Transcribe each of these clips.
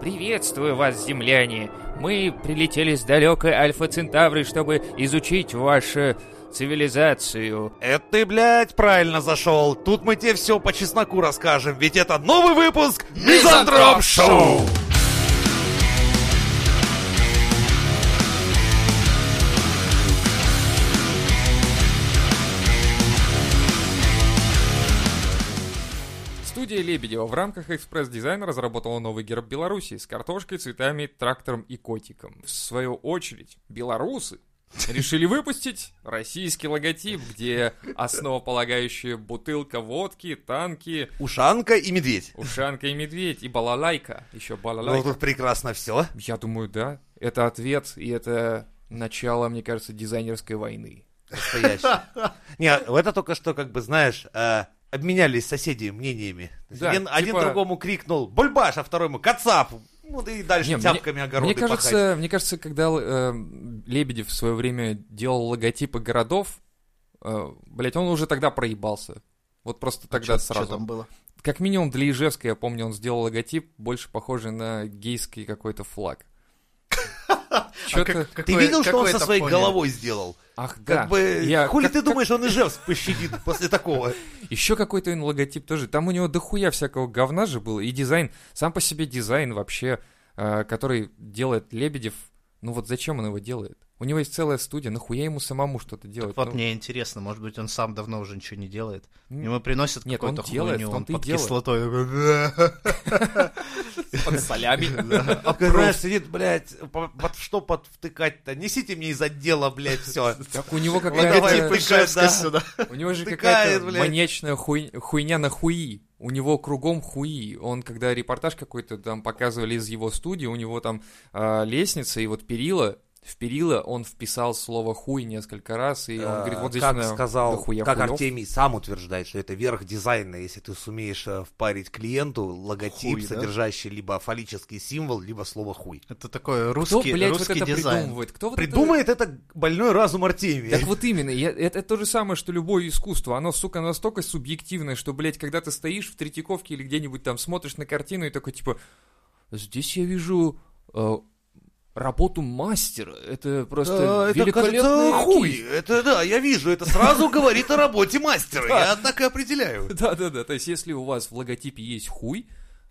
«Приветствую вас, земляне! Мы прилетели с далекой Альфа Центавры, чтобы изучить вашу цивилизацию». Это ты, блядь, правильно зашел. Тут мы тебе все по чесноку расскажем, ведь это новый выпуск Мизантроп Шоу! Студия Лебедева в рамках экспресс-дизайна разработала новый герб Беларуси с картошкой, цветами, трактором и котиком. В свою очередь, белорусы решили выпустить российский логотип, где основополагающая бутылка водки, танки, Ушанка и медведь. ушанка и медведь, и балалайка. Еще Ну балалайка. тут прекрасно все. Я думаю, да. Это ответ, и это начало, мне кажется, дизайнерской войны. Не, это только что, как бы, знаешь, э, обменялись соседи мнениями. То есть Да, один, один типа- другому крикнул «Бульбаш», а второй ему «Кацап!» Ну да и дальше Не, мне- тяпками огороды Мне кажется, пахать. мне кажется, когда э, Лебедев в свое время делал логотипы городов, э, блять, он уже тогда проебался. Вот просто тогда сразу. Что там было? Как минимум для Ижевска, я помню, он сделал логотип, больше похожий на гейский какой-то флаг. А Что-то... как- Ты какое- видел, что он какое со это своей понял? головой сделал? Ах, да. Как бы, Я- хули как- ты думаешь, он Ижевск пощадит после такого? Еще какой-то он логотип тоже. Там у него дохуя всякого говна же было. И дизайн, сам по себе дизайн вообще, э, который делает Лебедев. Ну вот зачем он его делает? У него есть целая студия, нахуя ему самому что-то делать? Вот Ну, мне интересно, может быть, он сам давно уже ничего не делает. М. Ему приносят Нет, какую-то он делает, хуйню, в том-то он и под делает. кислотой. такой, под солями. Такой, знаешь, сидит, блядь, по- под что под втыкать-то? Несите мне из отдела, блядь, все. Так у него давай, какая-то... пусть- Ижевска да. сюда. У него же втыкает, какая-то блядь. маньячная хуй- хуйня на хуи. У него кругом хуи. Он, когда репортаж какой-то там показывали из его студии, у него там а, лестница и вот перила. В перила он вписал слово «хуй» несколько раз, и он говорит, вот здесь А, как наверное, сказал, дохуя как хуёв. Артемий сам утверждает, что это верх дизайна, если ты сумеешь э, впарить клиенту логотип, Хуй, да? содержащий либо фаллический символ, либо слово хуй. Это такой Кто, русский, блядь, русский вот это дизайн. придумывает? Кто вот это- Придумает это больной разум Артемия. Так вот именно, я- это, это то же самое, что любое искусство. Оно, сука, настолько субъективное, что, блядь, когда ты стоишь в Третьяковке или где-нибудь там смотришь на картину и такой, типа, здесь я вижу э, работу мастера. Это просто Да, это великолепный кажется, хуй. кисть». Это да, я вижу, это сразу говорит о работе мастера. Я так и определяю. Да-да-да, то есть если у вас в логотипе есть хуй,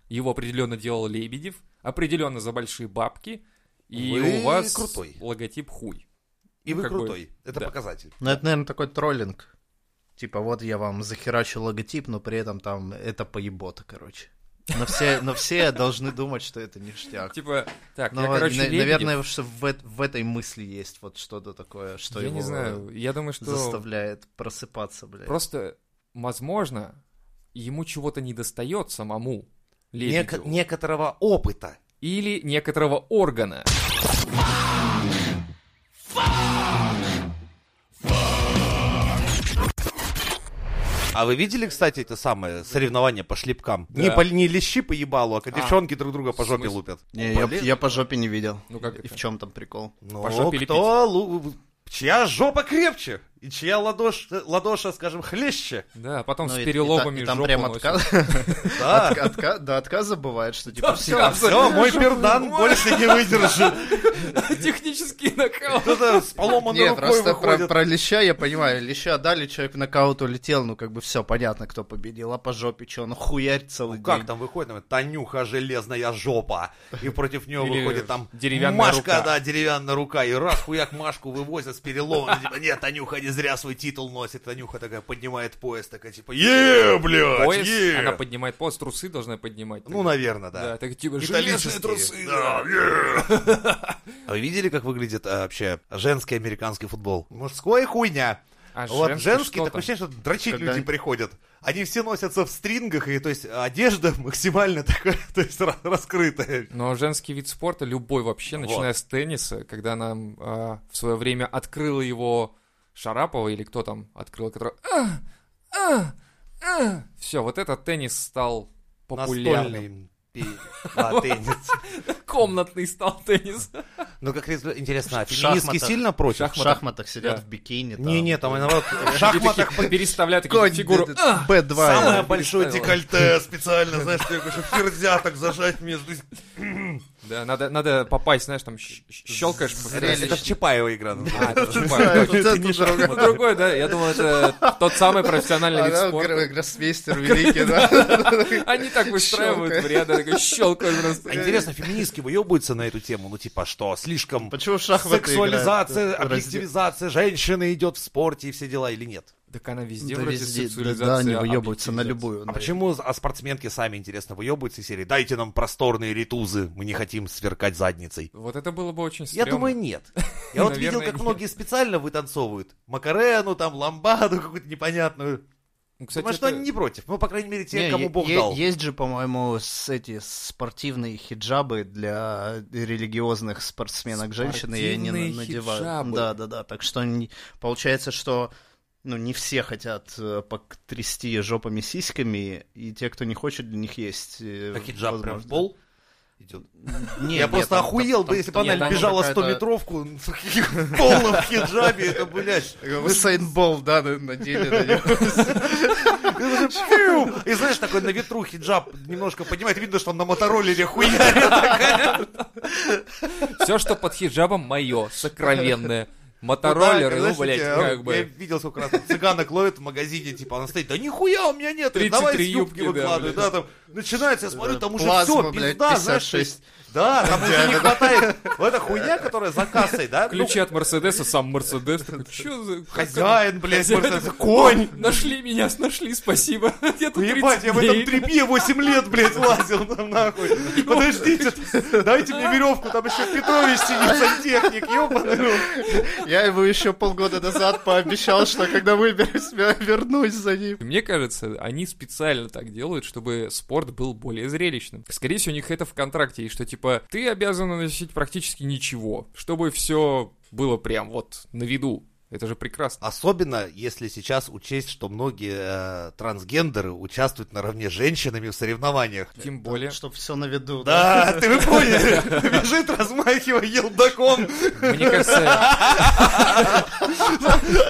его определенно делал Лебедев, определенно за большие бабки, и Вы у вас крутой. логотип хуй. И вы Как бы, крутой. Это да. показатель. Ну, это, наверное, такой троллинг. Типа, вот я вам захерачу логотип, но при этом там это поебота, короче. Но все, но все должны думать, что это ништяк. Типа, так, Но, я, короче, Ну, на- Лебедев. наверное, что в, эт- в этой мысли есть вот что-то такое, что я его не знаю, я думаю, что... заставляет просыпаться, блядь. Просто, возможно, ему чего-то не достает самому Лебедю. Нек- некоторого опыта. Или некоторого органа. А вы видели, кстати, это самое соревнование по шлепкам? Да. Не, по, не лещи по ебалу, а, А. девчонки друг друга по В жопе смысле? лупят. Не, я, Блин. я по жопе не видел. Ну, как И это? в чем там прикол? Ну, По жопе лепить. кто лу- Чья жопа крепче? И чья ладош... ладоша, скажем, хлеще? Да, а потом Ну, и- с и переломами та- и там жопу прям носит. Да. до отказа бывает, что типа Все, все. все, мой пердан больше не выдержит. Технический накал. Кто-то с поломанной Не, рукой просто про, выходит. про леща я понимаю. Леща дали, человек в нокаут улетел, ну как бы все понятно, кто победил. А по жопе че, ну хуярь целый Ну, Как день. там выходит? Там, Танюха железная жопа. И против нее Или выходит там деревянная Машка, рука. да, деревянная рука. И раз хуяк Машку вывозят с переломом. Типа, нет, Танюха не зря свой титул носит. Танюха такая поднимает пояс, такая типа, е, блядь, Пояс, е!» она поднимает пояс, трусы должна поднимать. Ну, наверное, да. Да, так типа Металлические. железные трусы. Да, е. А вы видели, как выглядит э, вообще женский американский футбол? Мужской хуйня. А вот женский женский, что такое там? ощущение, что дрочить Когда- люди приходят. Они все носятся в стрингах, и то есть одежда максимально такая, то есть ра- раскрытая. Но женский вид спорта, любой вообще, Вот. начиная с тенниса, когда нам а, в свое время открыла его Шарапова или кто там открыл, который... «А, Все, вот этот теннис стал популярным. Настольный пи- а, теннис. Комнатный стал теннис. Ну, как резу- интересно, а В феминистки шахматах. сильно В против? шахматах, сидят Да. в бикини. там. типа, Не-не, там наоборот, в И шахматах такие переставляют такие Конь, фигуру. д- д- А! Б2. Самое я большое представил. декольте специально, знаешь, чтобы ферзя так зажать между м. Да, надо, надо попасть, знаешь, там щ- щ- щелкаешь. Зрелищно. Это в Чапаева игра. ну. А, называется. это Чапаев. Вот это дорога. Ну, другой, да? Я думал, это тот самый профессиональный вид Она спорта. гр- гроссмейстер великий, да. Они так выстраивают в ряд, я такой щелкаю просто. А Интересно, феминистки выебываются на эту тему? Ну, типа, что, слишком Почему в шахматы сексуализация, играют? Разде- объективизация женщины идет в спорте и все дела или нет? Так она везде Да вроде везде, да, сексуализация, да, они выебываются на объективизация. любую. А наверное. почему а спортсменки сами, интересно, выебываются из серии «Дайте нам просторные ритузы, мы не хотим сверкать задницей». Вот это было бы очень Я стрёмно. думаю, нет. Я вот видел, Наверное, как нет. многие специально вытанцовывают. Макарену, там, ламбаду какую-то непонятную. Ну, Кстати, Потому что это- они не против. Ну, по крайней мере, те, Не, кому е- Бог е- дал. Есть же, по-моему, с эти спортивные хиджабы для религиозных спортсменок женщин, и они на- Спортивные надевают. хиджабы. Да, да, да. Так что они- получается, что ну, не все хотят э, потрясти жопами сиськами, и те, кто не хочет, для них есть. э, А хиджаб прям в возможность. пол идет. Не, Я не, просто там- охуел там- бы, если бы там- она нет, там бежала какая-то- 100-метровку в полном хиджабе. Это, блядь, Э, Усейн Болт, да, на- надели на него. Фью! И знаешь, такой на ветру хиджаб немножко поднимает, видно, что он на мотороллере хуярит. Все, что под хиджабом, мое, сокровенное. Мотороллеры, ну, Знаешь, блядь, я- как Я бы. видел, сколько раз там цыганок ловят в магазине, типа, она стоит, да нихуя у меня нет, 33 давай с юбки юбки, да, выкладывай, блядь. да, там, начинается, я смотрю, там уже Плазма, все, блядь, пизда, знаешь, 56. да, там уже не хватает, вот эта хуйня, которая за кассой, да, ну, Ключи от Мерседеса, сам Мерседес. такой, «Чё за... хозяин, блядь, Хозяин Мерседес, такой, конь, Ну, Нашли меня, нашли, спасибо. Я тут Ебать, 30 я в этом дней. трепе 8 лет, блядь, лазил там нахуй. Подождите, дайте мне веревку, там еще Петрович сидит, сантехник, ебаный. рот. Я ему еще полгода назад пообещал, что когда выберусь, я вернусь за ним. Мне кажется, они специально так делают, чтобы спорт был более зрелищным. Скорее всего, у них это в контракте, и что типа ты обязан наносить практически ничего, чтобы все было прям вот на виду. Это же прекрасно. Особенно, если сейчас учесть, что многие э, трансгендеры участвуют наравне с женщинами в соревнованиях. Тем более. Чтоб все на виду. Да, ты вы поняли. Бежит, размахивая елдаком. Мне кажется,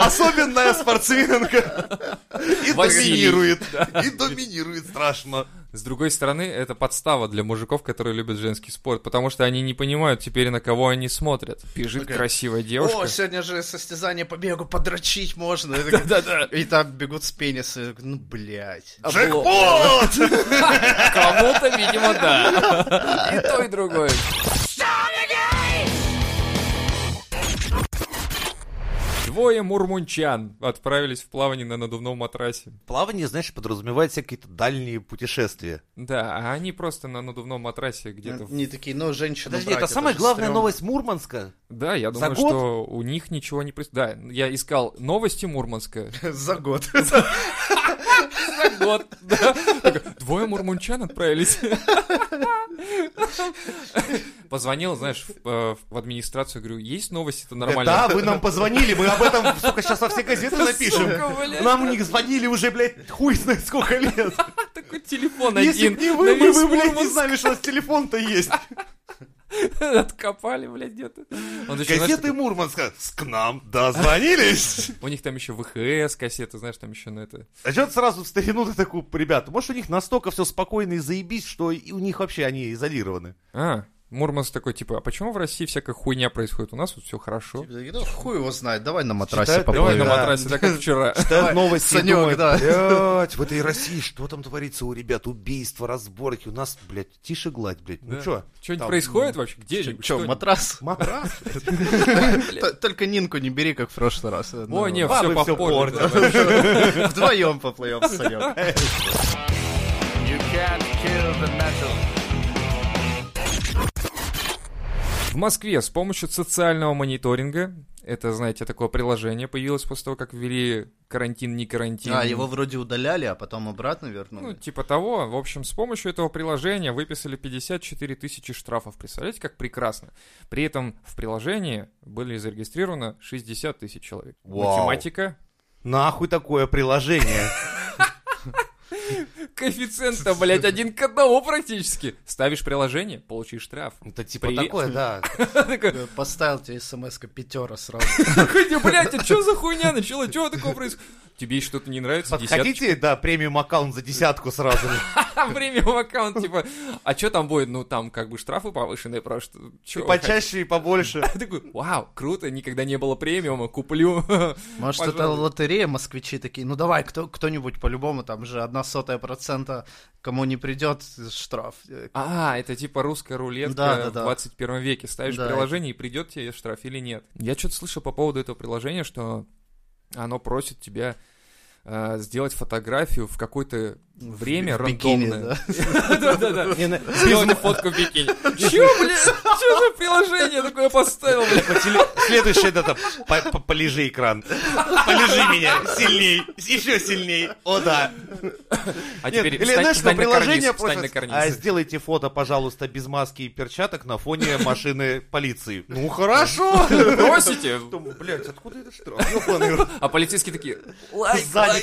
Особенная спортсменка. И Василий. доминирует. И доминирует страшно. с другой стороны, это подстава для мужиков, которые любят женский спорт, потому что они не понимают теперь, на кого они смотрят. Бежит красивая О, девушка. сегодня же состязание по бегу подрочить можно. Я такой, Да-да. И там бегут с пениса. Я такой, Ну, блядь. Джекпот! Кому-то, видимо, да. И то, и другое. Двое мурмунчан отправились в плавание на надувном матрасе. Плавание, знаешь, подразумевает себе какие-то дальние путешествия. Да, а они просто на надувном матрасе где-то... в- Не такие, ну, женщины. Подожди, это самая главная новость Мурманска? Да, я За думаю, год? что у них ничего не происходит. Да, я искал новости Мурманска. За год. Год, да. Так, Двое мурмунчан отправились. Позвонил, знаешь, в, э, в администрацию, говорю, есть новости, это нормально. Да, вы нам позвонили, мы об этом, сука, сейчас во все газеты напишем. Сука, блядь. Нам у них звонили уже, блядь, хуй знает сколько лет. Такой телефон Если один. б не на вы, мы весь бы, блядь, не Мурманск знали, что у нас телефон-то есть. Откопали, блядь, где-то. Он еще, знаешь, Газеты Мурманска с- к нам дозвонились. у них там еще ВХС кассеты, знаешь, там еще на это. А что ты сразу в старину ты такой, ребята, может у них настолько все спокойно и заебись, что и у них вообще они изолированы. А, Мурманс такой, типа, а почему в России всякая хуйня происходит? У нас тут все хорошо. Ну, хуй его знает, давай на матрасе Читают, Давай давай на Типа, да. поплывем. матрасе, так как вчера. Читают новости и Санёк, думают, да. блядь, в этой России что там творится у ребят? Убийства, разборки. У нас, блядь, тише гладь, блядь. Ну что? Что-нибудь происходит вообще? Где же? Че, матрас? Матрас? Т- Только Нинку не бери, как в прошлый раз. Ну, О, не, Бабы все всё портят. попортил. Вдвоем поплывем, Санек. В Москве с помощью социального мониторинга, это, знаете, такое приложение появилось после того, как ввели карантин, не карантин. А, его вроде удаляли, а потом обратно Ну, вернули. типа того. В общем, с помощью этого приложения выписали 54 тысячи штрафов. Представляете, как прекрасно. При этом в приложении были зарегистрировано 60 тысяч человек. Вау. Математика. Нахуй такое приложение. Коэффициент-то, блядь, один к одному практически. Ставишь приложение, получишь штраф. Это типа Привет. такое, да. Такой, Э, Поставил тебе смс-ка пятера сразу. блядь, а что за хуйня начала? Чего такого происходит? тебе что-то не нравится, десяточка. Подходите, да, премиум аккаунт за десятку сразу же. Премиум аккаунт, типа, а что там будет? Ну, там как бы штрафы повышенные, просто. И чё вы почаще, и побольше. хотите? Такой, вау, круто, никогда не было премиума, куплю. Может, это Пожалуй. лотерея, москвичи такие, ну давай, кто, кто-нибудь по-любому, там же одна сотая процента, кому не придет штраф. Э, А, это типа русская рулетка Да, да, в да. 21 веке. Ставишь Да. приложение, и придет тебе штраф или нет. Я что-то слышал по поводу этого приложения, что оно просит тебя э, сделать фотографию в какое-то в- время в бикини, рандомное. да. Да-да-да. Сделать фотку в бикини. Чё, блин? Чё за приложение такое поставил, блин? По теле- Следующее, да, там, по- по- полежи экран. Полежи меня, сильней, еще сильней. О, да. А Нет, теперь или, встань знаешь, что встань на приложение карниз, встань на просят, карниз. а сделайте фото, пожалуйста, без маски и перчаток на фоне машины полиции. Ну, хорошо. Просите? Думаю, блядь, откуда это штраф? Ёбаный рот. А полицейские такие, Сзади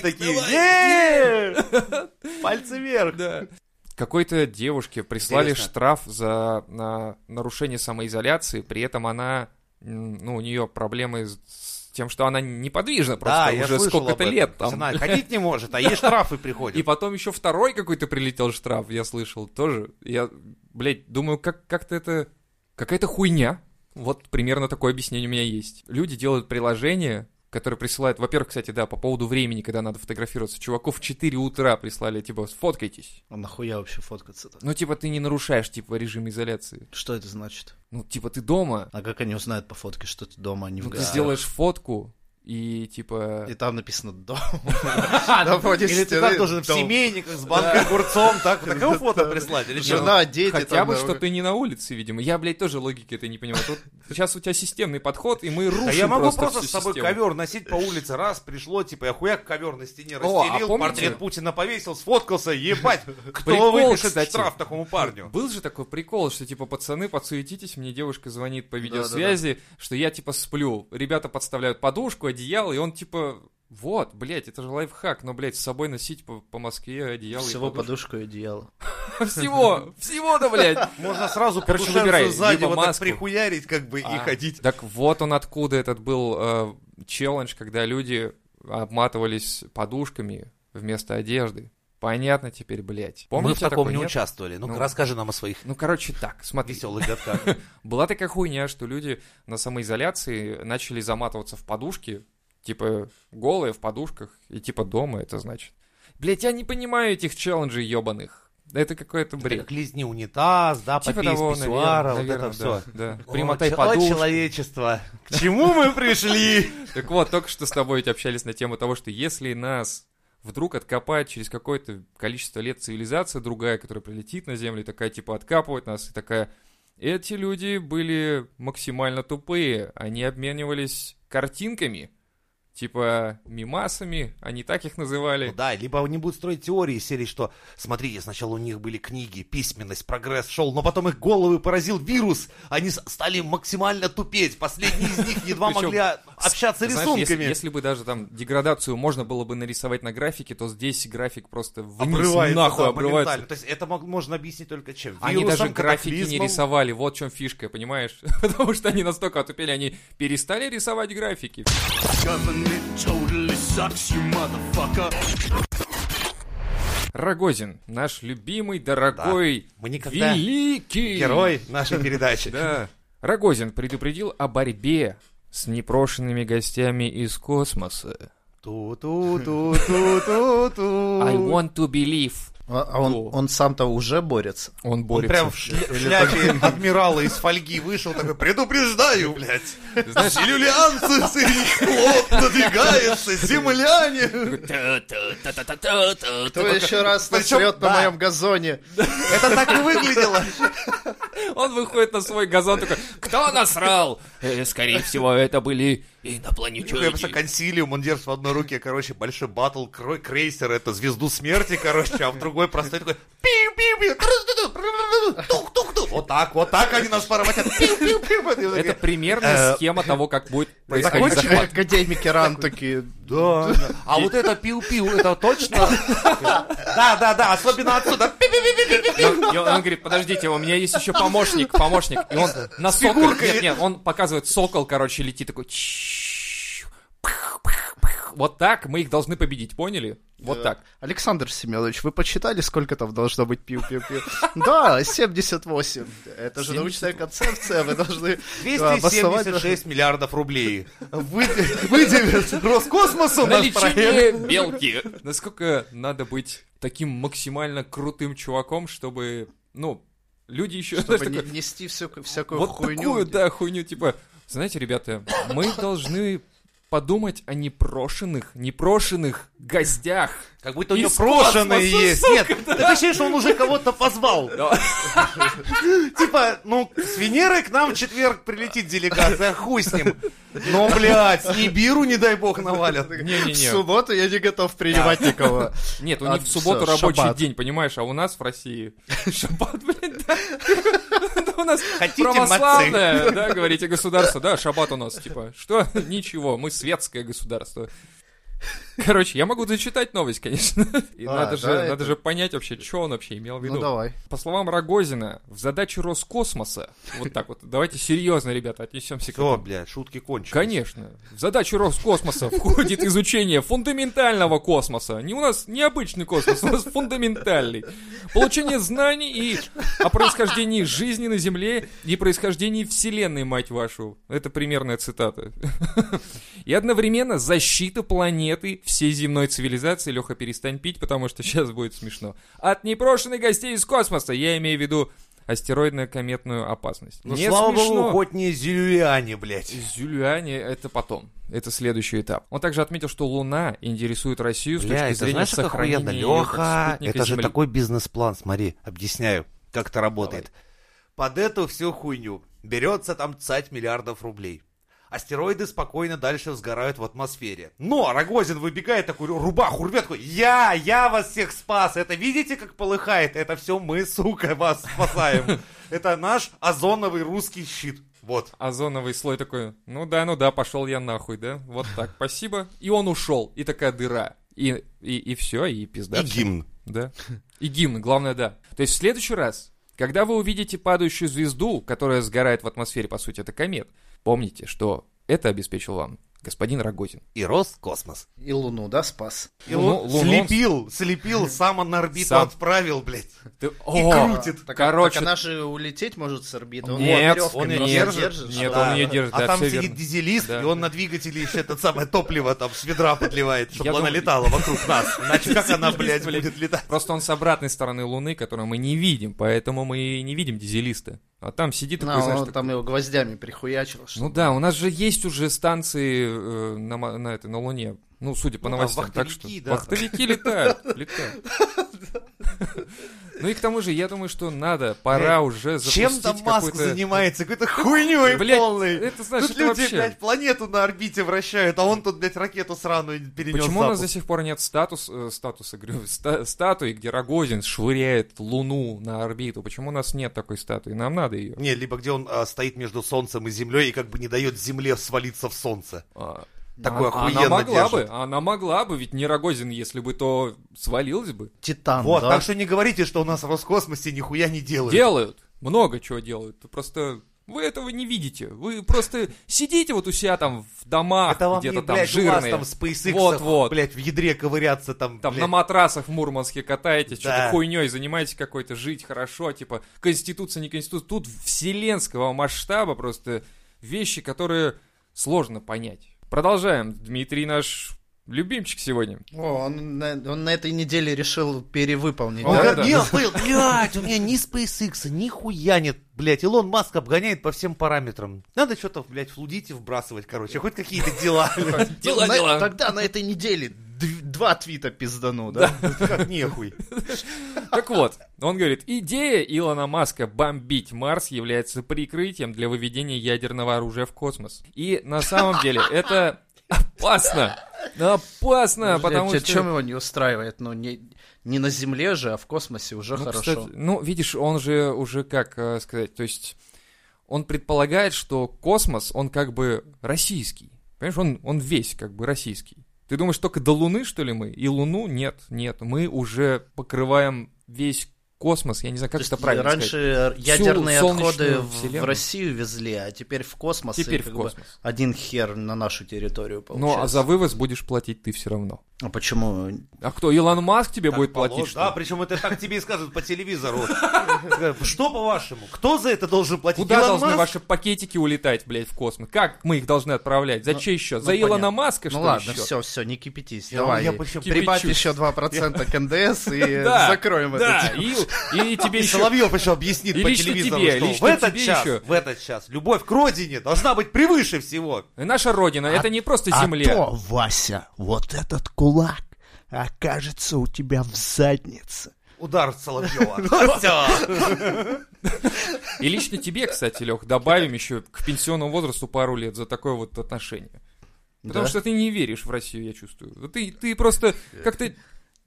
такие. «Е-е-е!» Пальцы вверх. Да. Какой-то девушке прислали Интересно. штраф за на- нарушение самоизоляции, при этом она, м, ну, у нее проблемы с- с тем, что она неподвижна просто я уже слышал сколько-то об этом. лет там. Она ходить не может, а ей штрафы И приходят. потом еще второй какой-то прилетел штраф, я слышал тоже. Я, блядь, думаю, как- как-то это... Какая-то хуйня. Вот примерно такое объяснение у меня есть. Люди делают приложение, которое присылают... Во-первых, кстати, да, по поводу времени, когда надо фотографироваться. Чуваков в 4 утра прислали, типа, сфоткайтесь. А нахуя вообще фоткаться-то? Ну, типа, ты не нарушаешь, типа, режим изоляции. Что это значит? Ну, типа, ты дома, А как они узнают по фотке, что ты дома, а не в ну, ты гостях? сделаешь фотку, и, типа... И там написано «дом». А, ну, Или ты так должен в семейниках с банкой огурцом, так, такого фото прислать? Или что? Жена, дети. Хотя там бы, на что руках. ты не на улице, видимо. Я, блядь, тоже логики этой не понимаю. Тут сейчас у тебя системный подход, и мы рушим Да я могу просто, просто всю с собой систему. ковер носить по улице. Раз, пришло, типа, я хуяк ковер на стене О, а расстелил, помните- портрет Путина повесил, сфоткался, ебать. Кто Прикол, выпишет кстати. штраф такому парню? Был же такой прикол, что типа пацаны, подсуетитесь, мне девушка звонит по видеосвязи, что я типа сплю. Ребята подставляют подушку, одеяло, и он типа. Вот, блядь, это же лайфхак, но, блядь, с собой носить по, по Москве одеяло Всего и подушку. подушку и одеяло. Всего, всего-то, блядь. Можно сразу Короче, подушевцу выбирай, сзади либо вот так маску. прихуярить, как бы, и А, ходить. Так вот он откуда этот был э, челлендж, когда люди обматывались подушками вместо одежды. Понятно теперь, блядь. Помните такое, нет? участвовали. Ну. расскажи нам о своих Ну, короче, так, смотри. веселых годках. Была такая хуйня, что люди на самоизоляции начали заматываться в подушки, типа голые в подушках, и типа дома это значит. Блять, я не понимаю этих челленджей ебаных. Это какой-то Это бред. как лизни унитаз, да, Типа попей из того, писсуара, вот наверное, это все. да, да. Примотай О, подушку. человечество, к чему мы пришли? Так вот, только что с тобой ведь общались на тему того, что если нас вдруг откопает через какое-то количество лет цивилизация другая, которая прилетит на Землю, и такая типа откапывает нас, и такая... Эти люди были максимально тупые, они обменивались картинками, типа мимасами, они так их Ну называли. да, либо они будут строить теории из серии, что смотрите, сначала у них были книги, письменность, прогресс шел, но потом их головы поразил вирус, они с- стали максимально тупеть, последние из них едва Причем могли а- общаться Знаешь, если, рисунками. если бы даже там деградацию можно было бы нарисовать на графике, то здесь график просто вниз, Обрывается, нахуй да, обрывается. моментально. То есть это мог- можно объяснить только чем? Они Вирусом, даже графики не катаклизмом. рисовали, вот в чем фишка, понимаешь? Потому что они настолько отупели, они перестали рисовать графики. Рогозин, наш любимый, дорогой, Мы никогда великий герой нашей передачи. Да. Рогозин предупредил о борьбе с непрошенными гостями из космоса. Ту-ту-ту-ту-ту-ту. I want to believe. А а он, Во. он сам-то уже борется. Он Он борется. прям в шля- в шляпе адмирала из фольги вышел такой, предупреждаю, блядь. знаешь- Силюлианцы с их флот надвигается, земляне. Кто еще раз Причем- насрет на да. моем газоне? Это так и выглядело. Он выходит на свой газон такой, кто насрал? Э, Скорее всего, это были Я просто инопланетяне. консилиум, он держит в одной руке, короче, большой батл кро- крейсер, это звезду смерти, короче, а в другой простой такой пиу-пиу-пиу, тру-ту-ту, тух-тух-тух. Вот так, вот так они нас поработят. Пиу-пиу-пиу. Это Э, примерно схема того, как будет происходить закончили? захват. Академики ран такие. Да. А вот это пиу-пиу, это точно? Да, да, да, особенно отсюда. Пи-пи-пи-пи-пи. И он, и он говорит, подождите, у меня есть еще помощник, помощник. И он на сокол, фигуркой. нет, нет, он показывает сокол, короче, летит такой. «Чш, пых, пых, пых». их, вот так мы их должны победить, поняли? Вот так. Александр Семенович, вы посчитали, сколько там должно быть пиу-пиу-пиу? Да, 78. Это же научная концепция, вы должны да, обосновать. 276 миллиардов рублей. Вы- Выделят Роскосмосу На наш проект. лечение белки. Насколько надо быть таким максимально крутым чуваком, чтобы, ну, люди еще... Чтобы не- нести всякую, всякую вот хуйню. такую, да, хуйню, типа, знаете, ребята, мы должны подумать о непрошенных, непрошенных гостях. Как будто у Из него прошеные космоса, есть. Нет, ты ощущение, что он уже кого-то позвал. Типа, ну, с Венеры к нам в четверг прилетит делегация, хуй с ним. Но, блядь, не биру, не дай бог, навалят. В Не-не-не. субботу я не готов принимать никого. Нет, у А, них в субботу всё, рабочий шаббат. день, понимаешь, а у нас в России шаббат, блин, да. Это У нас Хотите православное, да, говорите, государство, да, шаббат у нас, типа, что? Ничего, мы светское государство. Короче, я могу зачитать новость, конечно. И А, надо, да, же, надо это- же понять вообще, что он вообще имел в виду. Ну давай. По словам Рогозина, в задачу Роскосмоса, вот так вот, давайте серьезно, ребята, отнесемся к Все, этому. блядь, шутки кончились. Конечно. В задачу Роскосмоса входит изучение фундаментального космоса. Не у нас необычный космос, у нас фундаментальный. Получение знаний и о происхождении жизни на Земле и происхождении Вселенной, мать вашу. Это примерная цитата. И одновременно защита планеты всей земной цивилизации. Леха, перестань пить, потому что сейчас будет смешно. От непрошенных гостей из космоса. Я имею в виду астероидно-кометную опасность. Ну, Не слава смешно. богу, хоть не зюлюяне, блядь. Зюльяне это потом. Это следующий этап. Он также отметил, что Луна интересует Россию с Бля, точки это зрения знаешь, как сохранения охуенно, ее Леха? спутника Это же Земли. такой бизнес-план, смотри, объясняю, как это работает. Под эту всю хуйню берется там цать миллиардов рублей. Астероиды спокойно дальше сгорают в атмосфере. Но Рогозин выбегает такой, рубаху рвет, такой, я, я вас всех спас. Это видите, как полыхает? Это все мы, сука, вас спасаем. Это наш озоновый русский щит. Вот. Озоновый слой такой, ну да, ну да, пошел я нахуй, да? Вот так, спасибо. И он ушел, и такая дыра. И, и, и все, и пизда. И всем. гимн. Да. И гимн, главное, да. То есть в следующий раз, когда вы увидите падающую звезду, которая сгорает в атмосфере, по сути, это комет, помните, что это обеспечил вам господин Рогозин. И Роскосмос. И Луну, да, спас? И Луну- он Луну он- слепил, слепил, сам он на орбиту ну, Сам. отправил, блядь. Ты... крутит. Так, Короче, так она же улететь может с орбиты. Он Нет, верёвками он её просто держит. держит, Нет, чтобы- он её держит, А да, там всё сидит верно. дизелист, Да. и он на двигателе еще это самое топливо там с ведра подливает, чтобы Я она думаю- летала вокруг нас. Иначе как она, блядь, Дизелист, блядь. будет летать? Просто он с обратной стороны Луны, которую мы не видим, поэтому мы и не видим дизелиста. А там сидит Да, такой, знаешь, он такой- там его гвоздями прихуячил. что- Ну да, у нас же есть уже станции э, на, ма- на этой, на Луне. Ну, судя по Ну, там новостям, так что... вахтовики, да. Вахтовики летают, летают. Ну и к тому же, я думаю, что надо, пора Блядь, уже Чем там запустить Маск какой-то... занимается? Какой-то хуйней Блядь, полной. это знаешь, Тут это люди, вообще... блядь, планету на орбите вращают, а он тут, блядь, ракету сраную перенес Почему у нас до сих пор нет статус, э, статуса, говорю, ста- статуи, где Рогозин швыряет Луну на орбиту? Почему у нас нет такой статуи? Нам надо ее. Не, либо где он а, стоит между Солнцем и Землей и как бы не дает Земле свалиться в Солнце. А, Такой а- охуенно Она могла держит. бы, она могла бы, ведь не Рогозин, если бы, то свалилась бы. Титан, Вот, да? так что не говорите, что у нас в Роскосмосе нихуя не делают. Делают, много чего делают, просто вы этого не видите. Вы просто сидите вот у себя там в домах, Это вам не, А, где-то там блядь, у вас жирные. там в SpaceX, Вот-вот. блядь, в ядре ковыряться там, Там блядь. на матрасах в Мурманске катаетесь, Да. что-то хуйней занимаетесь какой-то, жить хорошо, типа, конституция, не конституция. Тут вселенского масштаба просто вещи, которые сложно понять. Продолжаем. Дмитрий наш любимчик сегодня. О, он, на, он на этой неделе решил перевыполнить. Он да? говорит, да. «Нет, блин, блядь, у меня ни SpaceX, ни хуя нет, блядь. Илон Маск обгоняет по всем параметрам. Надо что-то, блядь, флудить и вбрасывать, короче, хоть какие-то дела. Дела, Ну, На- дела. Тогда на этой неделе дв- два твита пиздану, да? Как нехуй. Так вот, он говорит, идея Илона Маска бомбить Марс является прикрытием для выведения ядерного оружия в космос. И на самом деле это опасно. Опасно, потому что... Чем его не устраивает? Ну, не, не на Земле же, а в космосе уже Ну, хорошо. кстати, ну, видишь, он же уже, как э, сказать, то есть он предполагает, что космос, он как бы российский. Понимаешь, он, он весь как бы российский. Ты думаешь, только до Луны, что ли, мы? И Луну? Нет, нет. Мы уже покрываем весь космос, я не знаю, как То это есть правильно сказать. Раньше ядерные Всю отходы солнечную в- в вселенную. Россию везли, а теперь в космос. и Теперь в как бы космос. Один хер на нашу территорию получается. Ну, а за вывоз будешь платить ты все равно. А почему? А кто, Илон Маск тебе Так будет положено. платить, что Да, ли? причем это так тебе и скажут по телевизору. Что по-вашему? Кто за это должен платить? Куда Илон должны Маск? ваши пакетики улетать, блядь, в космос? Как мы их должны отправлять? За чей счет? ну, За Илона понятно. Маска, что Ну ли, ладно, счет? все, все, не кипятись. Я- давай. я почему- Прибавь Кипячусь. еще 2% к НДС и Да, закроем да, это. и, и тебе И еще... Соловьев еще объяснит И по лично телевизору, тебе, что в лично этот тебе час, еще. в этот час любовь к родине должна быть превыше всего. Наша родина, это не просто А земля. то, Вася, вот этот кулак окажется у тебя в заднице. Удар Соловьева. И лично тебе, кстати, Лех, добавим еще к пенсионному возрасту пару лет за такое вот отношение. Потому Да. что ты не веришь в Россию, я чувствую. Да Ты, ты просто как-то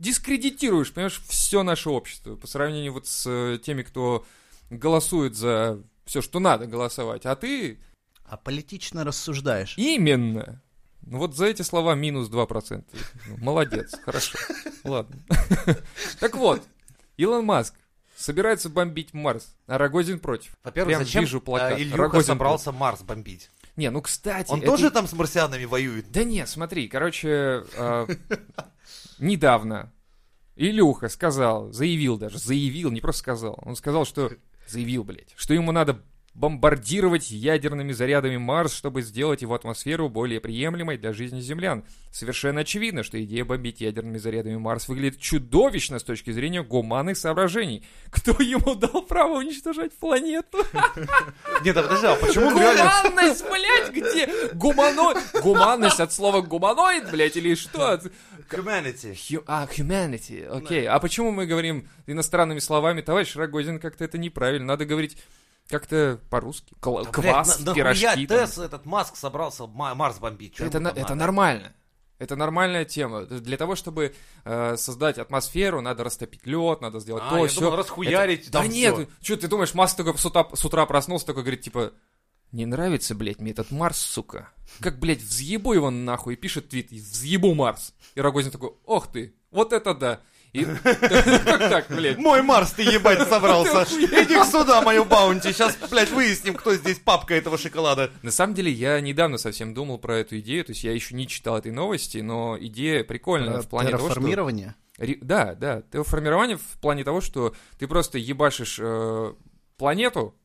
дискредитируешь, понимаешь, все наше общество по сравнению вот с э, теми, кто голосует за все, что надо голосовать. А ты А политично рассуждаешь. именно. Ну вот за эти слова минус 2%. Ну, Молодец, хорошо. Ладно. Так вот, Илон Маск собирается бомбить Марс, а Рогозин против. Во-первых, Прям зачем вижу плакат. э, Ильюха Рогозин собрался Марс бомбить? Не, ну кстати. Он это- тоже там с марсианами воюет? Да не, смотри, короче, э, недавно Илюха сказал, заявил даже, заявил, не просто сказал, он сказал, что заявил, блядь, что ему надо бомбардировать ядерными зарядами Марс, чтобы сделать его атмосферу более приемлемой для жизни землян. Совершенно очевидно, что идея бомбить ядерными зарядами Марс выглядит чудовищно с точки зрения гуманных соображений. Кто ему дал право уничтожать планету? Нет, а подожди, а почему он реально... Гуманность, блядь, где? Гуманоид. Гуманность от слова гуманоид, блядь, или что? Humanity. Хью- А, humanity, окей. А почему мы говорим иностранными словами? Товарищ Рогозин, как-то это неправильно. Надо говорить как-то по-русски. Кла- Квас, Блядь, на- пирожки. нахуя там. Тесс этот Маск собрался Ма- Марс бомбить? Чё Это, ему на- там это надо? нормально. Это нормальная тема. Для того, чтобы э, создать атмосферу, надо растопить лед, надо сделать А, то, я сё. думал, расхуярить Это- там Да всё. нет, что ты думаешь, Маск только с утра, с утра проснулся, такой говорит, типа, не нравится, блядь, мне этот Марс, сука. Как, блядь, взъебу его нахуй, и пишет твит, взъебу Марс. И Рогозин такой, ох ты, вот это да. И как так, блядь? Мой Марс ты ебать собрался. Иди сюда, мою баунти. Сейчас, блядь, выясним, кто здесь папка этого шоколада. На самом деле, я недавно совсем думал про эту идею, то есть я еще не читал этой новости, но идея прикольная в плане того, что... Терраформирование? Ре- Да, да. Терраформирование в плане того, что ты просто ебашишь э, планету,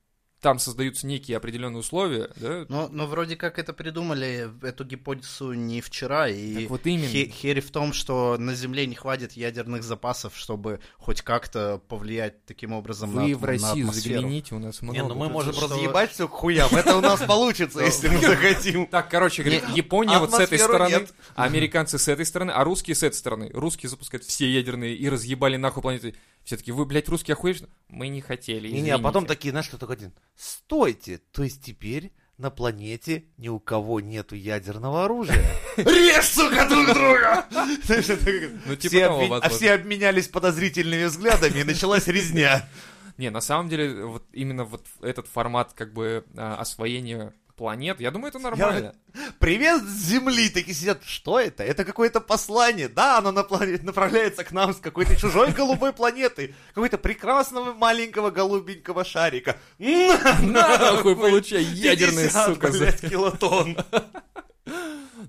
там создаются некие определенные условия, да? Ну, ну, вроде как это придумали, эту гипотезу не вчера, и Так вот именно. хе- херь в том, что на Земле не хватит ядерных запасов, чтобы хоть как-то повлиять таким образом Вы на, в атм- Россию на атмосферу. загляните, у нас много. Не, ну мы тут. можем что- просто ебать все к хуям. Это у нас получится, если мы захотим. Так, короче, говорит, Япония вот с этой атмосферу стороны, нет. а американцы с этой стороны, а русские с этой стороны. Русские запускают все ядерные и разъебали нахуй планеты. Все таки вы, блядь, русские охуели? Мы не хотели, Не-не, а потом извините. такие, знаешь, что такой один. Стойте, то есть теперь на планете ни у кого нету ядерного оружия. Режь, сука, друг друга! Ну, типа Все того, обме- А возможно. все обменялись подозрительными взглядами, и началась резня. Не, на самом деле, вот именно вот этот формат как бы а, освоения планет, я думаю, это нормально. Привет с Земли! Такие сидят, что это? Это какое-то послание. Да, оно напла- направляется к нам с какой-то чужой голубой планеты. Какой-то прекрасного маленького голубенького шарика. На, На, нахуй, получай ядерный, 50, сука, за- блядь, килотонн.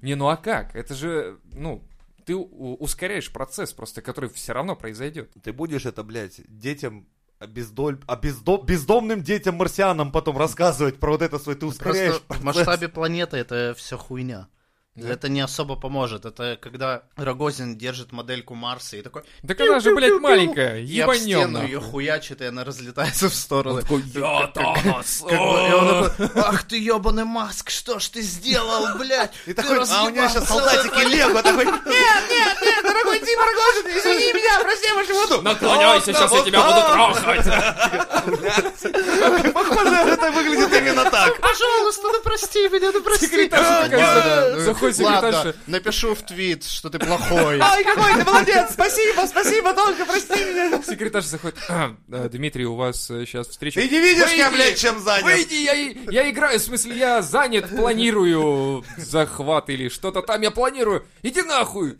Не, ну а как? Это же, ну, ты у- ускоряешь процесс просто, который все равно произойдет. Ты будешь это, блядь, детям обездоль- обездо- бездомным детям-марсианам потом рассказывать про вот это свой, ты ускоряешь Просто в процесс. масштабе планеты это все хуйня. Да. Это не особо поможет. Это когда Рогозин держит модельку Марса и такой... Так она же, блядь, маленькая, Я об ебанем. стену нахуй. ее хуячит, и она разлетается в стороны. Я Танос! Как бы, и он такой, ах ты ебаный Маск, что ж ты сделал, блядь? И Ты такой, а у разъебал него сейчас целую солдатики Лего такой, нет, нет, нет, дорогой Дима Рогожин, извини меня, прости, я вашу воду. Наклоняйся, сейчас я тебя буду трахать! Похоже, это выглядит именно так. Пожалуйста, ну прости меня, ну прости. Секретарша такая, Да, за- заходит ладно, секретарша. напишу в твит, что ты плохой. Ай, какой ты молодец, спасибо, спасибо, только прости меня. Секретарша заходит. «А, э, Дмитрий, у вас сейчас встреча. Ты не видишь, я, Выйди! блядь, чем занят? Выйди, я, и- я играю, в смысле, я занят, планирую захват или что-то там, я планирую. Иди нахуй!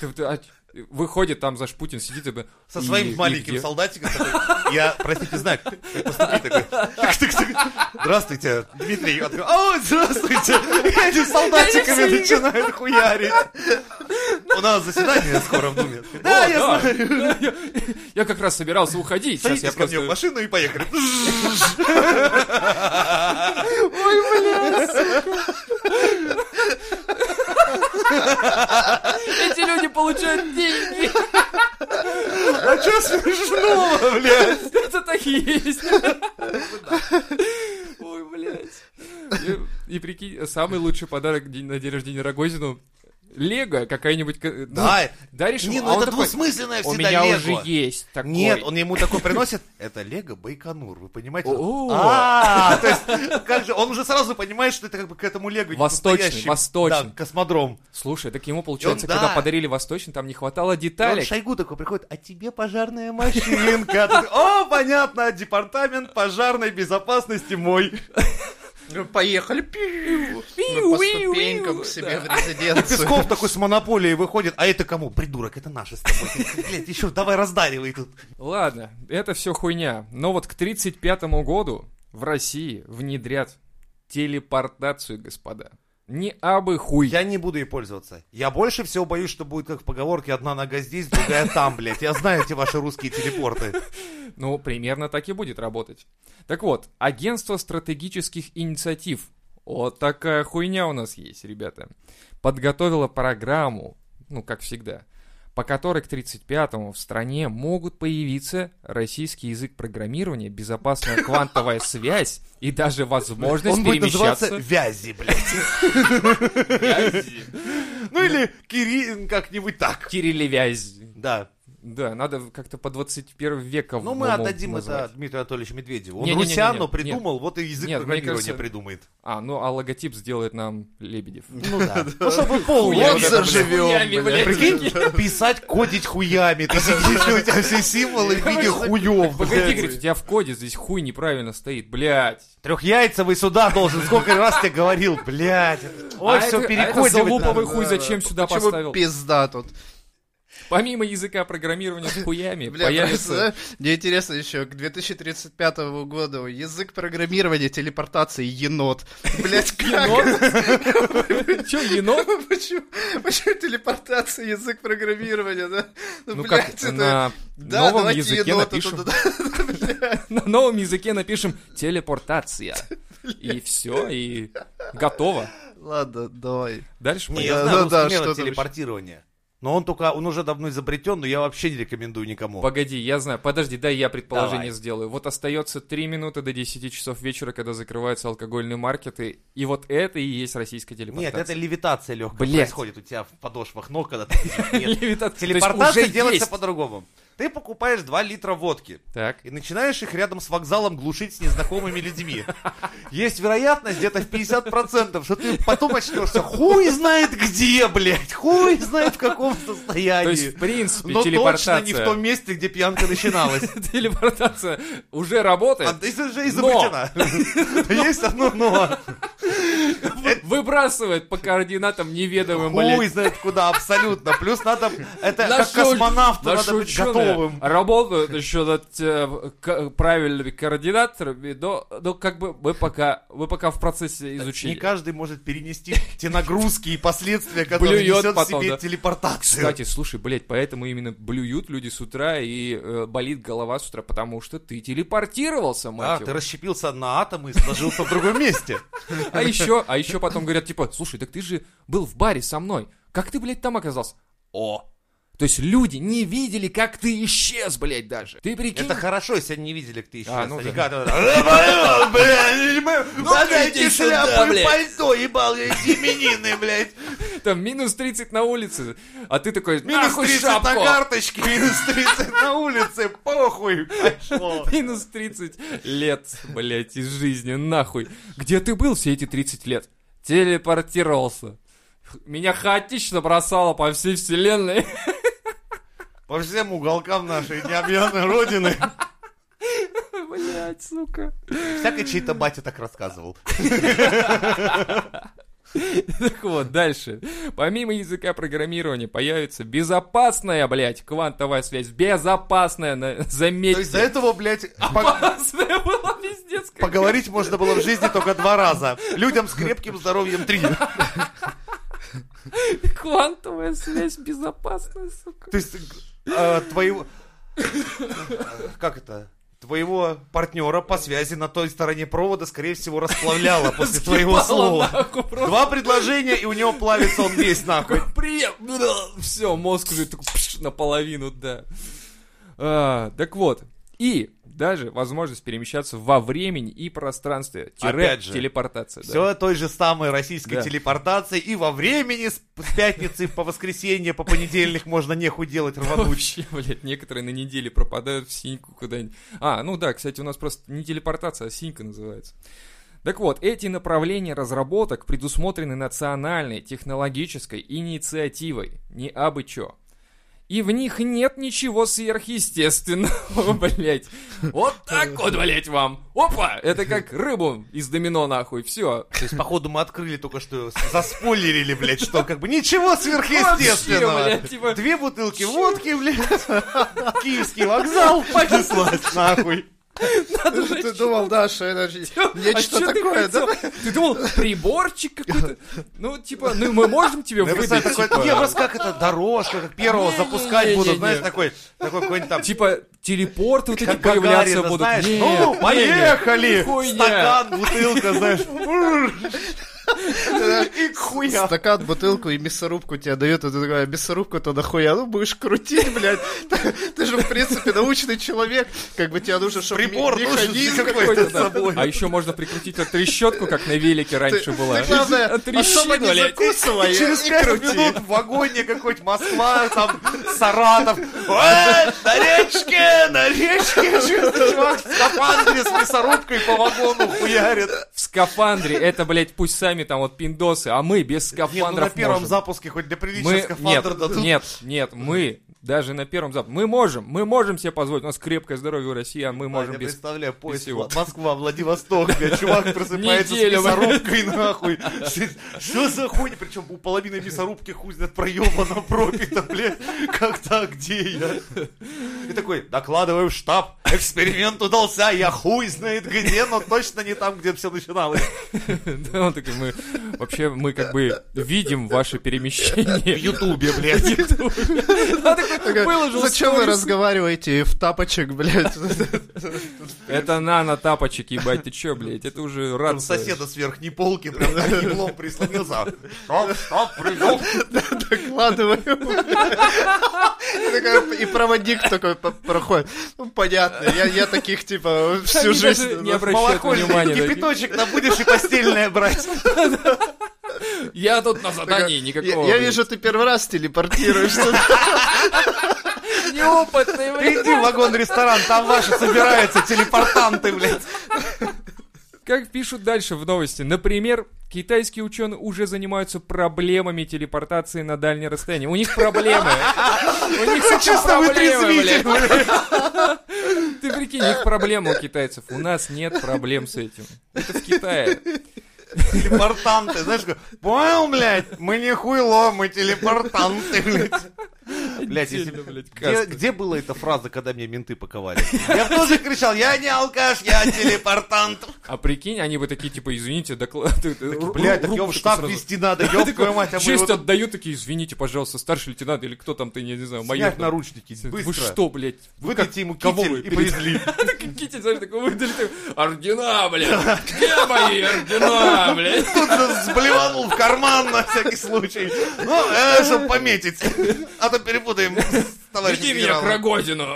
Ты- ты- а ч- Выходит там, знаешь, Путин сидит и... Со и- своим и маленьким где? солдатиком. такой, Я, простите, знак. И поступи такой. «Тык-тык-тык». Здравствуйте, Дмитрий. Он такой, О, здравствуйте. И они с солдатиками начинают хуярить. У нас заседание скоро в Думе. Да, О, я да. знаю. Я- Я как раз собирался уходить. Сейчас я Садитесь ко мне в просто... машину и поехали. Эти люди получают деньги. А что смешного, блядь? Это так и есть. Ой, блядь. И, и прикинь, самый лучший подарок день- на день рождения Рогозину Лего какая-нибудь... ка- ну, Да. даришь ему, Не, а ну он это такой, двусмысленное У всегда меня лего. уже есть такой. Нет, он ему такой приносит. Это Лего Байконур, вы понимаете? О. А, то есть, как же, он уже сразу понимает, что это как бы к этому Лего не Восточный, настоящий. восточный. Да, космодром. Слушай, так ему, получается, И он- когда да. подарили Восточный, там не хватало И он деталек. Шойгу такой приходит, а тебе пожарная машинка. Ты такой, О, понятно, департамент пожарной безопасности мой. Поехали пиу, ну, по ступенькам к себе в резиденцию. Песков такой с монополией выходит, а это кому? Придурок, это наши с тобой. Блядь, еще давай раздаривай тут. Ладно, это все хуйня. Но вот к 35 году в России внедрят телепортацию, господа. Не абы хуй. Я не буду ей пользоваться. Я больше всего боюсь, что будет как в поговорке «одна нога здесь, другая там», блядь. Я знаю эти ваши русские телепорты. Ну, примерно так и будет работать. Так вот, агентство стратегических инициатив. Вот такая хуйня у нас есть, ребята. Подготовило программу, ну, как всегда, по которой к 35-му в стране могут появиться российский язык программирования, безопасная квантовая связь и даже возможность Он будет называться перемещаться. «Вязи», блядь. Ну или «Кирин» как-нибудь так. Кириллевязь. Да. Да, надо как-то по 21 века Ну мы новому отдадим это назвать. Дмитрию Анатольевичу Медведеву. Он Не-не-не-не-не. Русяну Нет. придумал, вот и язык Нет, мне программирования кажется- придумает. А, ну а логотип сделает нам Лебедев. Ну да. Ну чтобы полный. Хуя Вот вот это, заживем, хуями, блядь. Прикинь, писать, кодить хуями. Ты сидишь, и у тебя все символы в виде хуев. Погоди, блядь. говорит, у тебя в коде здесь хуй неправильно стоит, блядь. Трехяйцевый сюда должен, сколько раз тебе говорил, блядь. Ой, А все это- а переходит. это залуповый хуй зачем сюда Почему поставил? пизда тут? Помимо языка программирования с хуями Бля, появится... просто, мне интересно еще, к 2035 году язык программирования, телепортации, енот. Блять, как? Че, енот? Почему почему телепортация, язык программирования, да? Ну как, блядь, это... на Да, новом давайте языке енота напишем... туда, На новом языке напишем телепортация. И все, и готово. Ладно, давай. Дальше мы... Да, Я да, знаю ну да, русский метод что там телепортирования. Но он только, он уже давно изобретен, но я вообще не рекомендую никому. Погоди, я знаю. Подожди, дай я предположение Давай. сделаю. Вот остается 3 минуты до 10 часов вечера, когда закрываются алкогольные маркеты. И вот это и есть российская Нет, телепортация. это левитация легкая Блядь. происходит у тебя в подошвах ног, когда ты сидишь. Нет. Левитация. То есть Телепортация уже делается есть. по-другому. Ты покупаешь 2 литра водки Так. и начинаешь их рядом с вокзалом глушить с незнакомыми людьми. Есть вероятность где-то в 50%, что ты потом очнешься. Хуй знает где, блядь, хуй знает в каком То состоянии. есть, в принципе, Но точно телепортация. не в том месте, где пьянка начиналась. Телепортация уже работает. А ты же изобретена. Есть одно но. Выбрасывает по координатам неведомым, Хуй Ну, блядь. знает куда, абсолютно. Плюс надо, это как Наши уч- космонавту, наши надо быть ученые готовым. Работают еще над э, к- правильными координаторами, но, но как бы мы пока, мы пока в процессе Не изучения. каждый может перенести те нагрузки и последствия, которые Блюет несет в потом, да. себе телепортация. Кстати, слушай, блядь, поэтому именно блюют люди с утра и э, болит голова с утра, потому что ты телепортировался, А, мать его. ты расщепился на атомы и сложился в другом месте. А еще, а еще потом говорят, типа, слушай, так ты же был в баре со мной. Как ты, блядь, там оказался? О! То есть люди не видели, как ты исчез, блядь, даже. Ты прикинь... Это хорошо, если они не видели, как ты исчез. А, ну Они да. говорят, «Э, бля, бля, Подайте иди сюда, шляпу и блядь». пальто, ебал, я эти именины, блядь. Там минус 30 на улице, а ты такой, Минус нахуй 30 на шапку! карточке, минус 30 на улице, похуй, пошло. Минус 30 лет, блядь, из жизни, нахуй. Где ты был все эти 30 лет? Телепортировался. Х- Меня хаотично бросало по всей вселенной. По всем уголкам нашей необъятной родины. Блядь, сука. Всякой чей-то батя так рассказывал. Так вот, дальше. Помимо языка программирования появится безопасная, блядь, квантовая связь. Безопасная, на- То есть до заметьте. этого, блядь, по- Опасная была пиздец. как- поговорить можно было в жизни только два раза. Людям с крепким здоровьем три. Квантовая связь безопасная, сука. То есть э, твоего... Как это? Твоего партнера по связи на той стороне провода, скорее всего, расплавляло после твоего Ебало слова. нахуй просто. Два предложения, и у него плавится он весь нахуй. Привет! Все, мозг уже такой пш, наполовину, да. А, так вот. И даже возможность перемещаться во времени и пространстве. Тире Опять же. телепортация. да. Все о той же самой российской Да. телепортации. И во времени с с пятницы по воскресенье, по понедельник можно нехуй делать рвануть. Вообще, блядь, некоторые на неделе пропадают в синьку куда-нибудь. А, ну да, кстати, у нас просто не телепортация, а синька называется. Так вот, эти направления разработок предусмотрены национальной технологической инициативой, не абы чё. И в них нет ничего сверхъестественного, блядь. Вот так вот, блядь, вам. Опа! Это как рыбу из домино, нахуй, все. То есть, походу, мы открыли только что, с- заспойлерили, блядь, что как бы ничего сверхъестественного. Вообще, блядь, типа, Две бутылки водки, блядь, киевский вокзал понеслась нахуй. Надо же Ты думал, да, что это же нечто А чё ты такое, да? хотел? Ты думал, приборчик какой-то? Ну, типа, ну мы можем тебе Я выдать, представляю, такой, типа, не, просто как это, дорожка, как первого Не-не-не-не-не. запускать будут, знаешь, такой, такой какой-нибудь там, типа, телепорты вот эти как Гагарина, появляться будут. знаешь, Нет, ну, нет, поехали, хуйня. стакан, бутылка, знаешь, и хуя. Э, Стакан, бутылку и мясорубку тебе дают, и ты такой, а мясорубку-то нахуя? Ну, будешь крутить, блядь. Ты- Ты же, в принципе, научный человек. Как бы тебе нужно, чтобы Прибор ме- нужен механизм какой-то с собой. А еще можно прикрутить вот трещотку, как на велике раньше была. Ты, главное, особо Трещину, не блядь. закусывай И через и пять крути. минут в вагоне какой-нибудь Москва, там, Саратов. «Э, На речке, на речке. Чё-то Чувак в скафандре с мясорубкой по вагону хуярит. Ну, В скафандре, это, блядь, пусть сами там вот пиндосы, а мы без Нет, ну на скафандров первом можем. запуске хоть для мы... приличия Нет, скафандр дадут. нет, нет, мы даже на первом запуске. Мы можем, мы можем себе позволить. У нас крепкое здоровье у России, а мы можем я без представляю, поезд всего. Влад- Москва, Владивосток, бля, чувак просыпается с Неделю, бля. мясорубкой, нахуй. Что за хуйня? Причем у половины мясорубки хуй знает проебана пропита, блядь. Когда, где я? И такой, докладываю в штаб, эксперимент удался, я хуй знает где, но точно не там, где все начиналось. Да, он такой, мы вообще, мы как бы видим ваше В перемещение. Ютубе, блядь. Он такой, Такой, выложил Зачем вы сторис. разговариваете в тапочек, блядь? Это нано тапочек, ебать, ты чё, блядь, это уже Там рад. соседа с верхней полки прям еблом прислонился. Штаб, штаб, прием. Докладываю. И такая- И проводник такой по- проходит. Ну, понятно, я- я таких, типа, всю Они даже жизнь... не обращают внимания. такие, Кипяточек набудешь и постельное брать. Я тут на Такая, задании а я, никакого. я блядь, вижу, ты первый раз телепортируешься. Неопытный, блядь. Иди в вагон-ресторан, там ваши собираются телепортанты, блядь. Как пишут дальше в новости, например, китайские ученые уже занимаются проблемами телепортации на дальнее расстояние. У них проблемы. У них сука, Честно, вы проблемы, блядь. трезвитель, блядь. Ты прикинь, у них проблема у китайцев. У нас нет проблем с этим. Это в Китае. Телепортанты, знаешь, как, понял, блядь, мы не хуйло, мы телепортанты, блядь. Блядь, если... Отдельно, блядь, Где, каста. где была эта фраза, когда мне менты паковали? Я тоже кричал, я не алкаш, я телепортант. А прикинь, они бы такие, типа, извините, доклад... Блядь, так его в штаб вести надо, ёб твою мать, а мы Честь его отдаю, такие, извините, пожалуйста, старший лейтенант или кто там, ты, я не знаю, майор. снять там». наручники, быстро. Вы что, блядь? Вы как Выдайте ему кого вы китель перед- и повезли. так китель, знаешь, такой выдали, ты, ордена, блядь, где мои ордена, блядь? Тут же сблеванул в карман на всякий случай. Ну, э, чтобы пометить. А то перепутаем с товарищем Веди меня к генералом. Рогозину.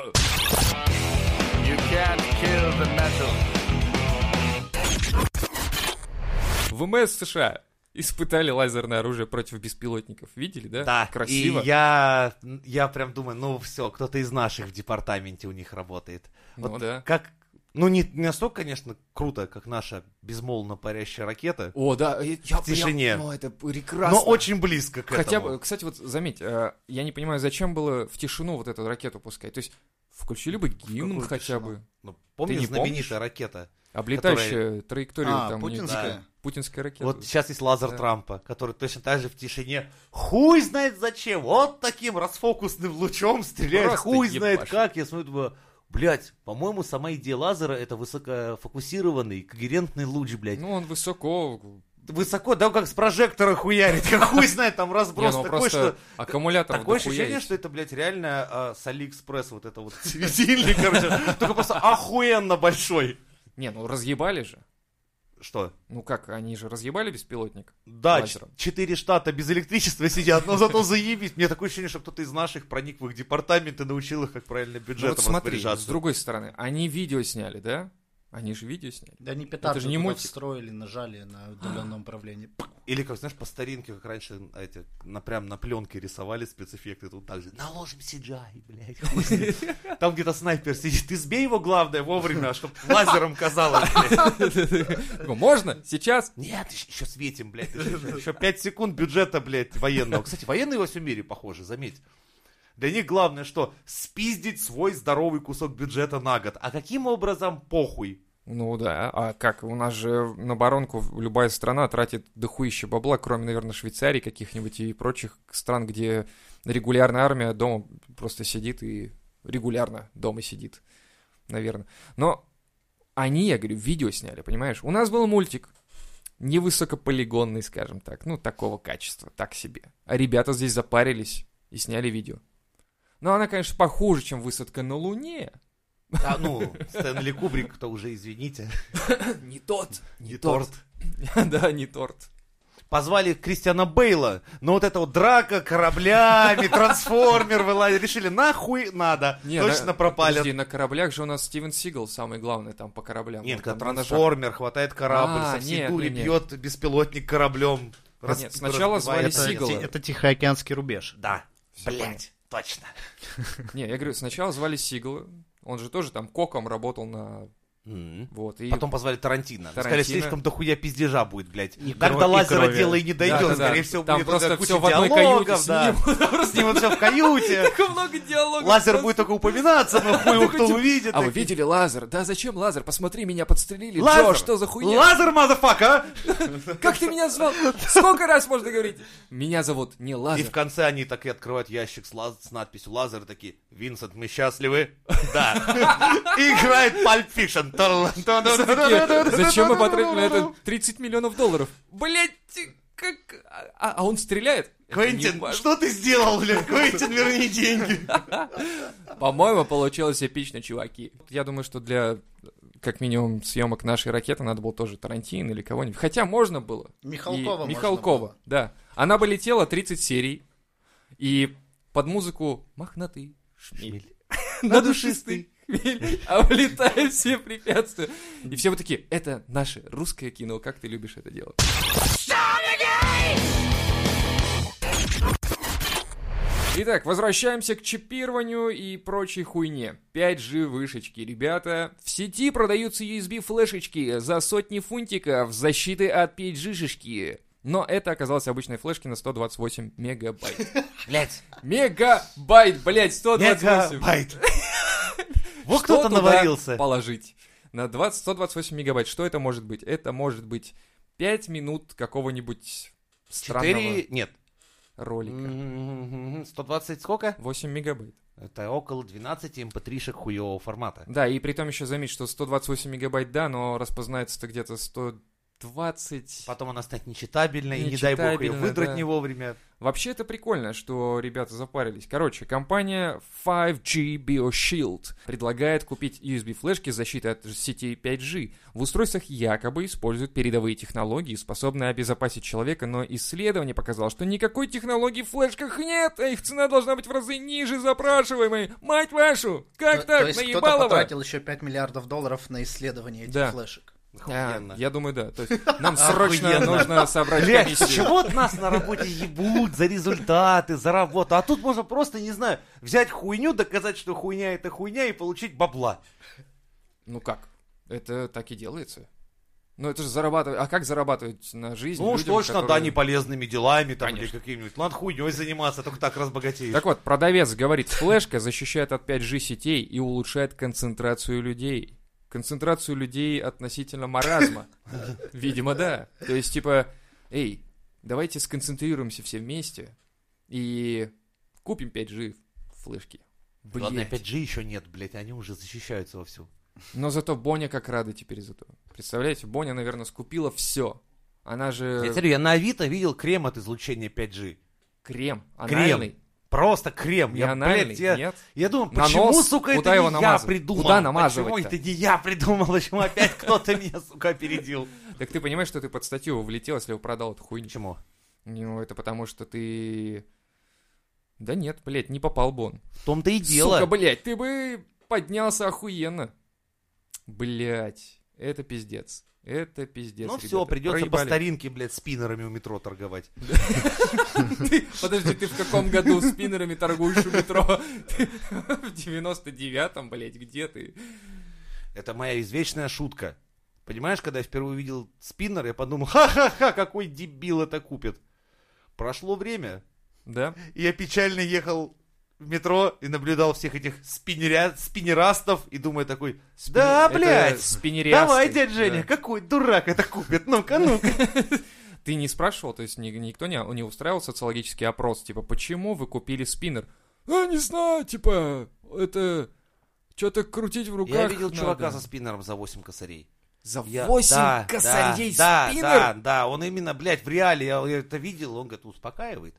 ВМС США испытали лазерное оружие против беспилотников. Видели, да? Да, Красиво. И я, я прям думаю, ну все, кто-то из наших в департаменте у них работает. Ну Вот да. Как, ну не, не настолько, конечно, круто, как наша безмолвно парящая ракета, О, да, и я В тишине. ну, это прекрасно. но очень близко к Хотя этому. бы, кстати, вот заметь, э, я не понимаю, зачем было в тишину вот эту ракету пускать. То есть включили бы гимн какую хотя тишину? бы. Ну, Ты помнишь не знаменитая ракета? Облетающая траекторию А, там. не- путинская? Да. путинской ракеты. Вот сейчас есть лазер Да. Трампа, который точно так же в тишине хуй знает зачем, вот таким расфокусным лучом стреляет, Просто хуй знает ебашит. как. Я смотрю, думаю, блядь, по-моему, сама идея лазера это высокофокусированный, когерентный луч, блядь. Ну, он высоко. Высоко, да он как с прожектора хуярит, как хуй знает, там разброс Не, ну, такой, просто что... аккумулятор Такое ощущение, что это, блядь, реально а, с Алиэкспресс вот это вот светильник, короче, только просто охуенно большой. Не, ну разъебали же. Что? Ну как, они же разъебали беспилотник? Да, ч- Лазером. четыре штата без электричества сидят, но зато заебись. Мне такое ощущение, что кто-то из наших проник в их департамент и научил их, как правильно Ну, бюджетом вот смотри, распоряжаться. с другой стороны, они видео сняли, да? Они же видео сняли. Да не петарду Это же не туда мультик. встроили, нажали на удаленном управлении. Или, как знаешь, по старинке, как раньше эти, на, прям на пленке рисовали спецэффекты, тут так же, наложим CGI, блядь, хуй знает». Там где-то снайпер сидит, ты сбей его, главное, вовремя, чтобы лазером казалось, блядь. Ну, Можно? Сейчас? Нет, еще светим, блядь, еще 5 секунд бюджета, блядь, военного. Кстати, военные во всем мире похожи, заметь. Для них главное, что спиздить свой здоровый кусок бюджета на год. А каким образом похуй? Ну да, а как, у нас же на баронку любая страна тратит дохуище бабла, кроме, наверное, Швейцарии каких-нибудь и прочих стран, где регулярная армия дома просто сидит и регулярно дома сидит, наверное. Но они, я говорю, видео сняли, понимаешь? У нас был мультик, невысокополигонный, скажем так, ну, такого качества, так себе. А ребята здесь запарились и сняли видео. Но она, конечно, похуже, чем высадка на Луне. А, ну, Стэнли Кубрик-то уже, извините, Не тот. не торт. Да, не торт. Позвали Кристиана Бейла, но вот эта вот драка кораблями, трансформер, вылазили, решили, нахуй надо, Не, точно на- подожди, пропали. на кораблях же у нас Стивен Сигал самый главный там по кораблям. Нет, Он там когда на ножах. трансформер, хватает корабль, А, со всей нет, дури нет, нет. бьет беспилотник кораблем. Раз- Нет, сначала звали разбивает. Это, Сигала. ти- это Тихоокеанский рубеж. Да, Всё блять, точно. Не, я говорю, сначала звали Сигала, он же тоже там коком работал на... Вот, и... Потом позвали Тарантино. Сказали, Тарантино. слишком дохуя пиздежа будет, блядь. Так крови, до и лазера крови. дело и не дойдет. Да-да-да. Скорее всего, Там будет просто вот эта всё куча в одной каюте диалогов, с да. С ним вот всё в каюте. Как много диалогов! Лазер будет только упоминаться, но хуй его кто Такой, увидит. А вы Такие, видели лазер? Да зачем лазер? Посмотри, меня подстрелили. Лазер! Джо, что за хуйня? Лазер, а? мазафака! Как ты меня звал? Сколько раз можно говорить? Меня зовут не И лазер. в конце они так и открывают ящик с, лаз- с надписью «Лазер» и такие «Винсент, мы счастливы?» Да. И Играет Pulp Fiction. Такие, Зачем мы потратили на это 30 миллионов долларов? Блять, как... А, а он стреляет? Это не Квентин, важно. что ты сделал, блин? Квентин, верни деньги. По-моему, получилось эпично, чуваки. Я думаю, что для как минимум съемок нашей ракеты надо было тоже Тарантино или кого-нибудь. Хотя можно было. И Михалкова можно Михалкова, было. да. Она бы летела 30 серий. И под музыку «Мохнатый шмель». Надушистый хмель, а вылетают все препятствия. И все вот такие, это наше русское кино, как ты любишь это дело. Итак, возвращаемся к чипированию и прочей хуйне. 5G вышечки, ребята. В сети продаются USB-флешечки за сотни фунтиков защиты от 5G-шишки. Но это оказалось обычной флешки на 128 мегабайт. Блять, Мегабайт, блять, 128. мегабайт. Вот Что кто-то туда наварился. положить. На 20, 128 мегабайт. Что это может быть? Это может быть 5 минут какого-нибудь странного Четыре... Нет. ролика. М, 120 сколько? 8 мегабайт. Это около 12 mp3-шек хуевого формата. Да, и при том еще заметь, что 128 мегабайт, да, но распознается-то где-то 120. Потом она станет нечитабельной, и не дай бог ее Нечитабельная, выдрать да. не вовремя. Вообще это прикольно, что ребята запарились. Короче, компания 5G BioShield предлагает купить USB-флешки с защитой от сетей 5G. В устройствах якобы используют передовые технологии, способные обезопасить человека, но исследование показало, что никакой технологии в флешках нет, а их цена должна быть в разы ниже запрашиваемой. Мать вашу! Как то, так? то есть кто-то Наебалово! потратил еще 5 миллиардов долларов на исследование этих Да. флешек. А, Охуенно. я думаю, да. То есть нам срочно Охуенно. нужно собрать Блять, комиссию. чего от нас на работе ебут за результаты, за работу? А тут можно просто, не знаю, взять хуйню, доказать, что хуйня это хуйня, и получить бабла. Ну как? Это так и делается. Ну это же зарабатывать. А как зарабатывать на жизнь? Ну уж людям, точно, да, которые- не полезными делами там или Конечно. какими-нибудь. Ну, Надо хуйней заниматься, только так разбогатеешь. Так вот, продавец говорит, флешка защищает от 5G сетей и улучшает концентрацию людей. концентрацию людей относительно маразма. Видимо, да. То есть, типа, эй, давайте сконцентрируемся все вместе и купим 5G флешки. Ладно, Блин. 5G еще нет, блядь, они уже защищаются вовсю. Но зато Боня как рада теперь зато. Представляете, Боня, наверное, скупила все. Она же Я смотрю, я на Авито видел крем от излучения 5G. крем, Крем. анальный. Просто крем. Не Я, анальный, блядь, я, нет? я думал, На почему, нос? сука, Куда это его не намазывать-то? я придумал? Куда Почему намазывать-то? это не я придумал? Почему опять кто-то меня, сука, опередил? Так ты понимаешь, что ты под статью влетел, если бы продал эту хуйню? Почему? Ну, это потому что ты... Да нет, блядь, не попал бы он. В том-то и Сука, дело. блядь, ты бы поднялся охуенно. Блядь, это пиздец. Это пиздец, Ну ребята. все, придется по Проебали. старинке, блядь, спиннерами у метро торговать. Ты- Подожди, ты в каком году спиннерами торгуешь у метро? Ты В 99-м, блядь, где ты? Это моя извечная шутка. Понимаешь, когда я впервые увидел спиннер, я подумал, ха-ха-ха, какой дебил это купит. Прошло время, Да? и я печально ехал в метро и наблюдал всех этих спиннеря... спиннерастов и думаю такой, да, Это блядь, спиннериастый, давай, дядь Женя, да. какой дурак это купит, ну-ка, ну-ка. Ты не спрашивал, то есть ни- никто не, не устраивал социологический опрос, типа, почему вы купили спиннер? А, не знаю, типа, это... Что-то крутить в руках Я видел надо». чувака со спиннером за 8 косарей. За Я- 8 да, косарей да, спиннер? Да, да, да, он именно, блядь, в реале, я, я это видел, он, говорит, успокаивает.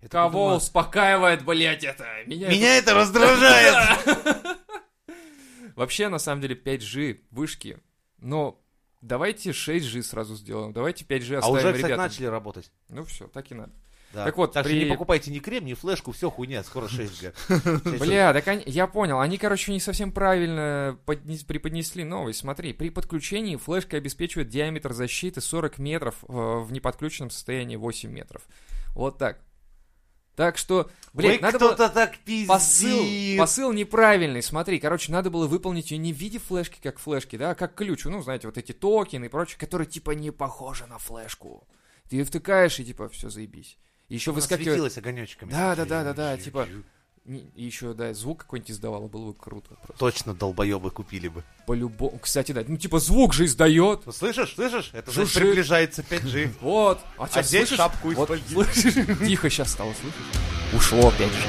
Я такой Кого думаю, успокаивает, блядь, это? Меня, Меня это раздражает. это- Вообще, на самом деле, 5G, вышки, но давайте 6G сразу сделаем, давайте 5G А оставим уже, кстати, ребятам. начали работать. Ну все, так и надо. Да. Так вот, так при- что не покупайте ни крем, ни флешку, все хуйня, скоро 6G. Бля, так они- я понял, они, короче, не совсем правильно поднес- преподнесли новость. Смотри, при подключении флешка обеспечивает диаметр защиты 40 метров, э, в неподключенном состоянии 8 метров. Вот так. Так что, блядь, Ой, надо было... кто-то так пиздит. Посыл, посыл неправильный, смотри, короче, надо было выполнить ее не в виде флешки, как флешки, да, а как ключ, ну, знаете, вот эти токены и прочее, которые, типа, не похожи на флешку. Ты ее втыкаешь, и, типа, все, заебись. Еще выскакивает... Светилось огонечками. Да, да, да, да, да, типа... Еще, да, звук какой-нибудь издавала, было бы круто. просто. Точно долбоебы купили бы. По-любому. Кстати, да, ну, типа, звук же издает. Ну, слышишь, слышишь? Это же Жужжит. приближается 5G. Вот. А А сейчас здесь слышишь? шапку Вот, используй. слышишь? Тихо сейчас стало, слышишь? Ушло опять же.